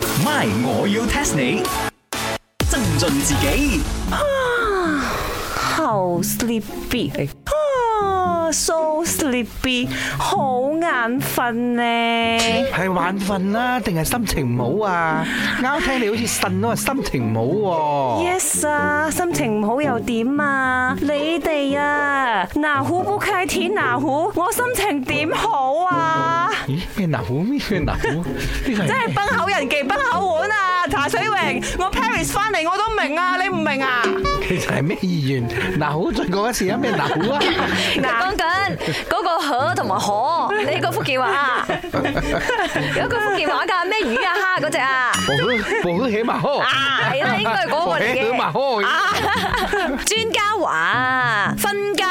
My，我要 test 你，增進自己。好 sleepy 嚟。啊，so sleepy，好眼瞓呢。係眼瞓啦，定係心情唔好啊？啱聽你好似呻咯，心情唔好喎。 Yes 啊，心情唔好又點啊？你哋啊，嗱虎不開天，嗱虎，我心情點好啊？咦？咩嗱好咩嗱好？呢個真係係崩口人忌崩口碗啊！茶水榮，我 Paris 翻嚟我都明啊，你唔明啊？其實係咩意願？嗱好再講一次啊！咩嗱 好啊？嗱 講。緊嗰個河同 埋河，你嗰福建 話啊，有一句福建話㗎，咩魚啊蝦嗰只啊，冇都起埋呵， 啊係啦，應該係嗰個嚟起埋嘅。 呵。啊專家話瞓覺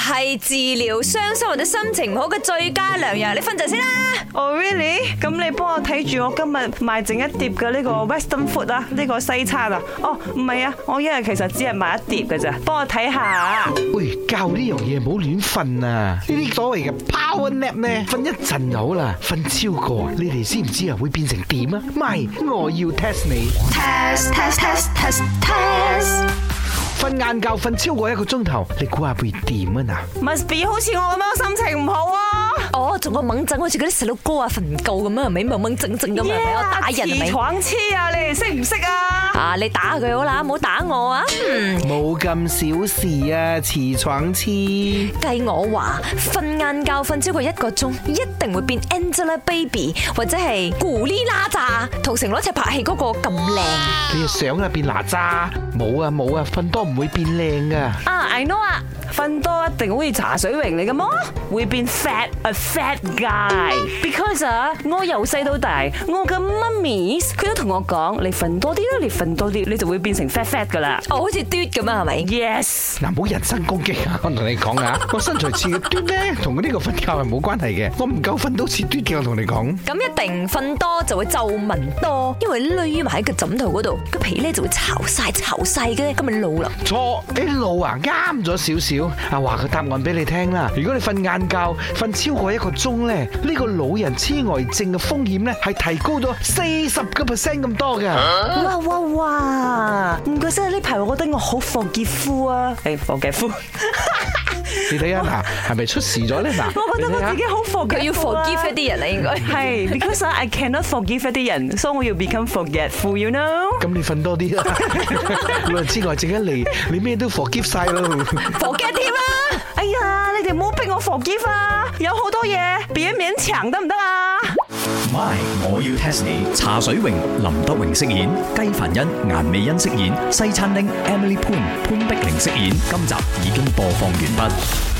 係治療傷心或者心情唔好嘅最佳良藥，你瞓陣先啦。哦、really？咁你幫我睇住我今日賣剩一碟嘅呢個 Western food 啊，呢個西餐啊。哦，唔係啊，我一日其實只係賣一碟嘅咋，幫我睇下。喂，覺呢樣嘢唔好亂瞓啊！呢啲所謂嘅 power nap 咧，瞓一陣就好啦，瞓超過你哋知唔知啊會變成點啊？唔係，我要 test 你。 test test test test test 瞓晏覺瞓超過一個鐘頭，你估下會點啊？嗱， Must be 好似我咁樣心情唔好啊。哦，仲個掹震，好似嗰啲細路哥啊，瞓唔夠咁啊，係咪掹掹震震咁啊，係咪我打人係黐咪？床黐啊！你哋識唔識啊？啊，你打佢好啦，唔好打我啊！嗯冇咁小事啊，遲闖痴。計我話瞓晏覺瞓超過一個鐘，一定會變 Angelababy 或者係古力娜扎，同成攞一齊拍戲嗰個咁靚你啊想啊變哪吒？冇啊冇啊，瞓多唔會變靚噶。啊！I know 啊，瞓多一定好似茶水榮你咁咯，會變 fat a fat guy。Because 啊，我由細到大，我嘅媽咪佢都同我講：你瞓多啲啦，你瞓多啲，你就會變成 fat fat 噶啦。哦，好似嘟咁啊，係咪？ Yes。嗱，唔好人身攻擊啊！我同你講啊，我身材似嘅端咧，同呢個瞓覺係冇關係嘅。我唔夠瞓到似端嘅，我同你講。咁一定瞓多就會皺紋多，因為匿埋喺個枕頭嗰度，個皮咧就會巢晒巢晒嘅，咁咪老啦。錯，啲路啊啱咗少少，啊話個答案俾你聽啦。如果你瞓晏覺，瞓超過一個鐘咧，呢個老人痴呆症嘅風險咧係提高咗四十個 percent 咁多嘅。哇哇哇！唔怪真係呢排，我覺得我好 forgetful 啊。誒 forgetful，你睇下嗱，係咪出事咗咧？嗱， 我覺得你睇我下自己好 forget。佢要 forgive 一啲人啦，啊應該。係，because I cannot forgive 一啲人，所以我要 become forgetful，you know。咁你瞓多 啲啦。老人痴呆症一嚟，你咩都 forgive 晒咯。 forget 添啊啦。哎呀，你哋唔好逼我 forgive 啊！有好多嘢別勉強得唔得啊？ My，我要 test 你。茶水榮、林德榮飾演，雞凡欣、顏美欣飾演，西餐廳 Emily Poon 潘碧玲飾演。今集已經播放完畢。